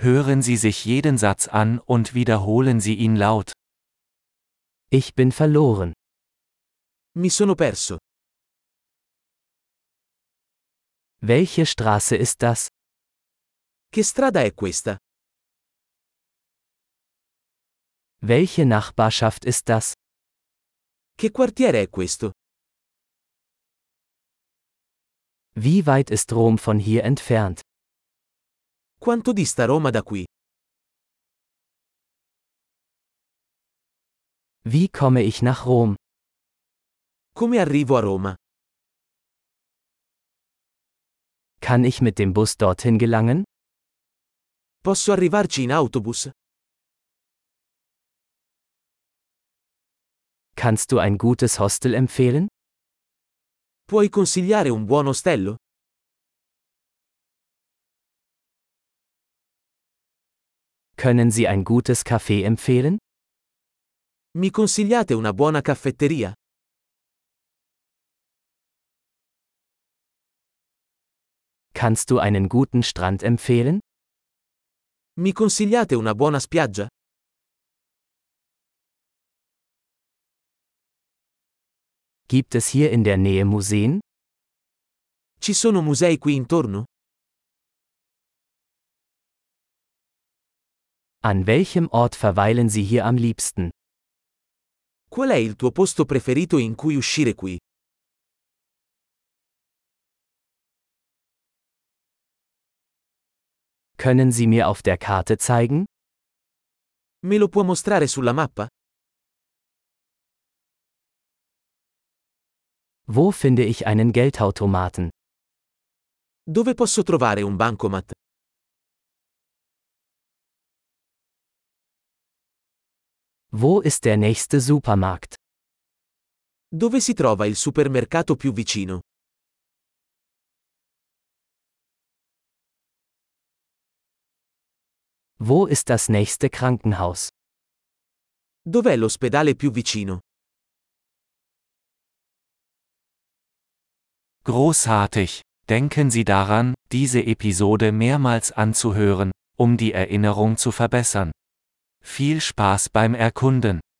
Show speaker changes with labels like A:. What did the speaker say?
A: Hören Sie sich jeden Satz an und wiederholen Sie ihn laut.
B: Ich bin verloren.
C: Mi sono perso.
B: Welche Straße ist das?
C: Che strada è questa?
B: Welche Nachbarschaft ist das?
C: Che quartiere è questo?
B: Wie weit ist Rom von hier entfernt?
C: Quanto dista Roma da qui?
B: Wie komme ich nach Rom?
C: Come arrivo a Roma?
B: Kann ich mit dem Bus dorthin gelangen?
C: Posso arrivarci in autobus?
B: Kannst du ein gutes Hostel empfehlen?
C: Puoi consigliare un buon ostello?
B: Können Sie ein gutes Café empfehlen?
C: Mi consigliate una buona caffetteria?
B: Kannst du einen guten Strand empfehlen?
C: Mi consigliate una buona spiaggia?
B: Gibt es hier in der Nähe Museen?
C: Ci sono musei qui intorno?
B: An welchem Ort verweilen Sie hier am liebsten?
C: Qual è il tuo posto preferito in cui uscire qui?
B: Können Sie mir auf der Karte zeigen?
C: Me lo può mostrare sulla mappa?
B: Wo finde ich einen Geldautomaten?
C: Dove posso trovare un bancomat?
B: Wo ist der nächste Supermarkt?
C: Dove si trova il supermercato più vicino?
B: Wo ist das nächste Krankenhaus?
C: Dov'è l'ospedale più vicino?
A: Großartig! Denken Sie daran, diese Episode mehrmals anzuhören, um die Erinnerung zu verbessern. Viel Spaß beim Erkunden!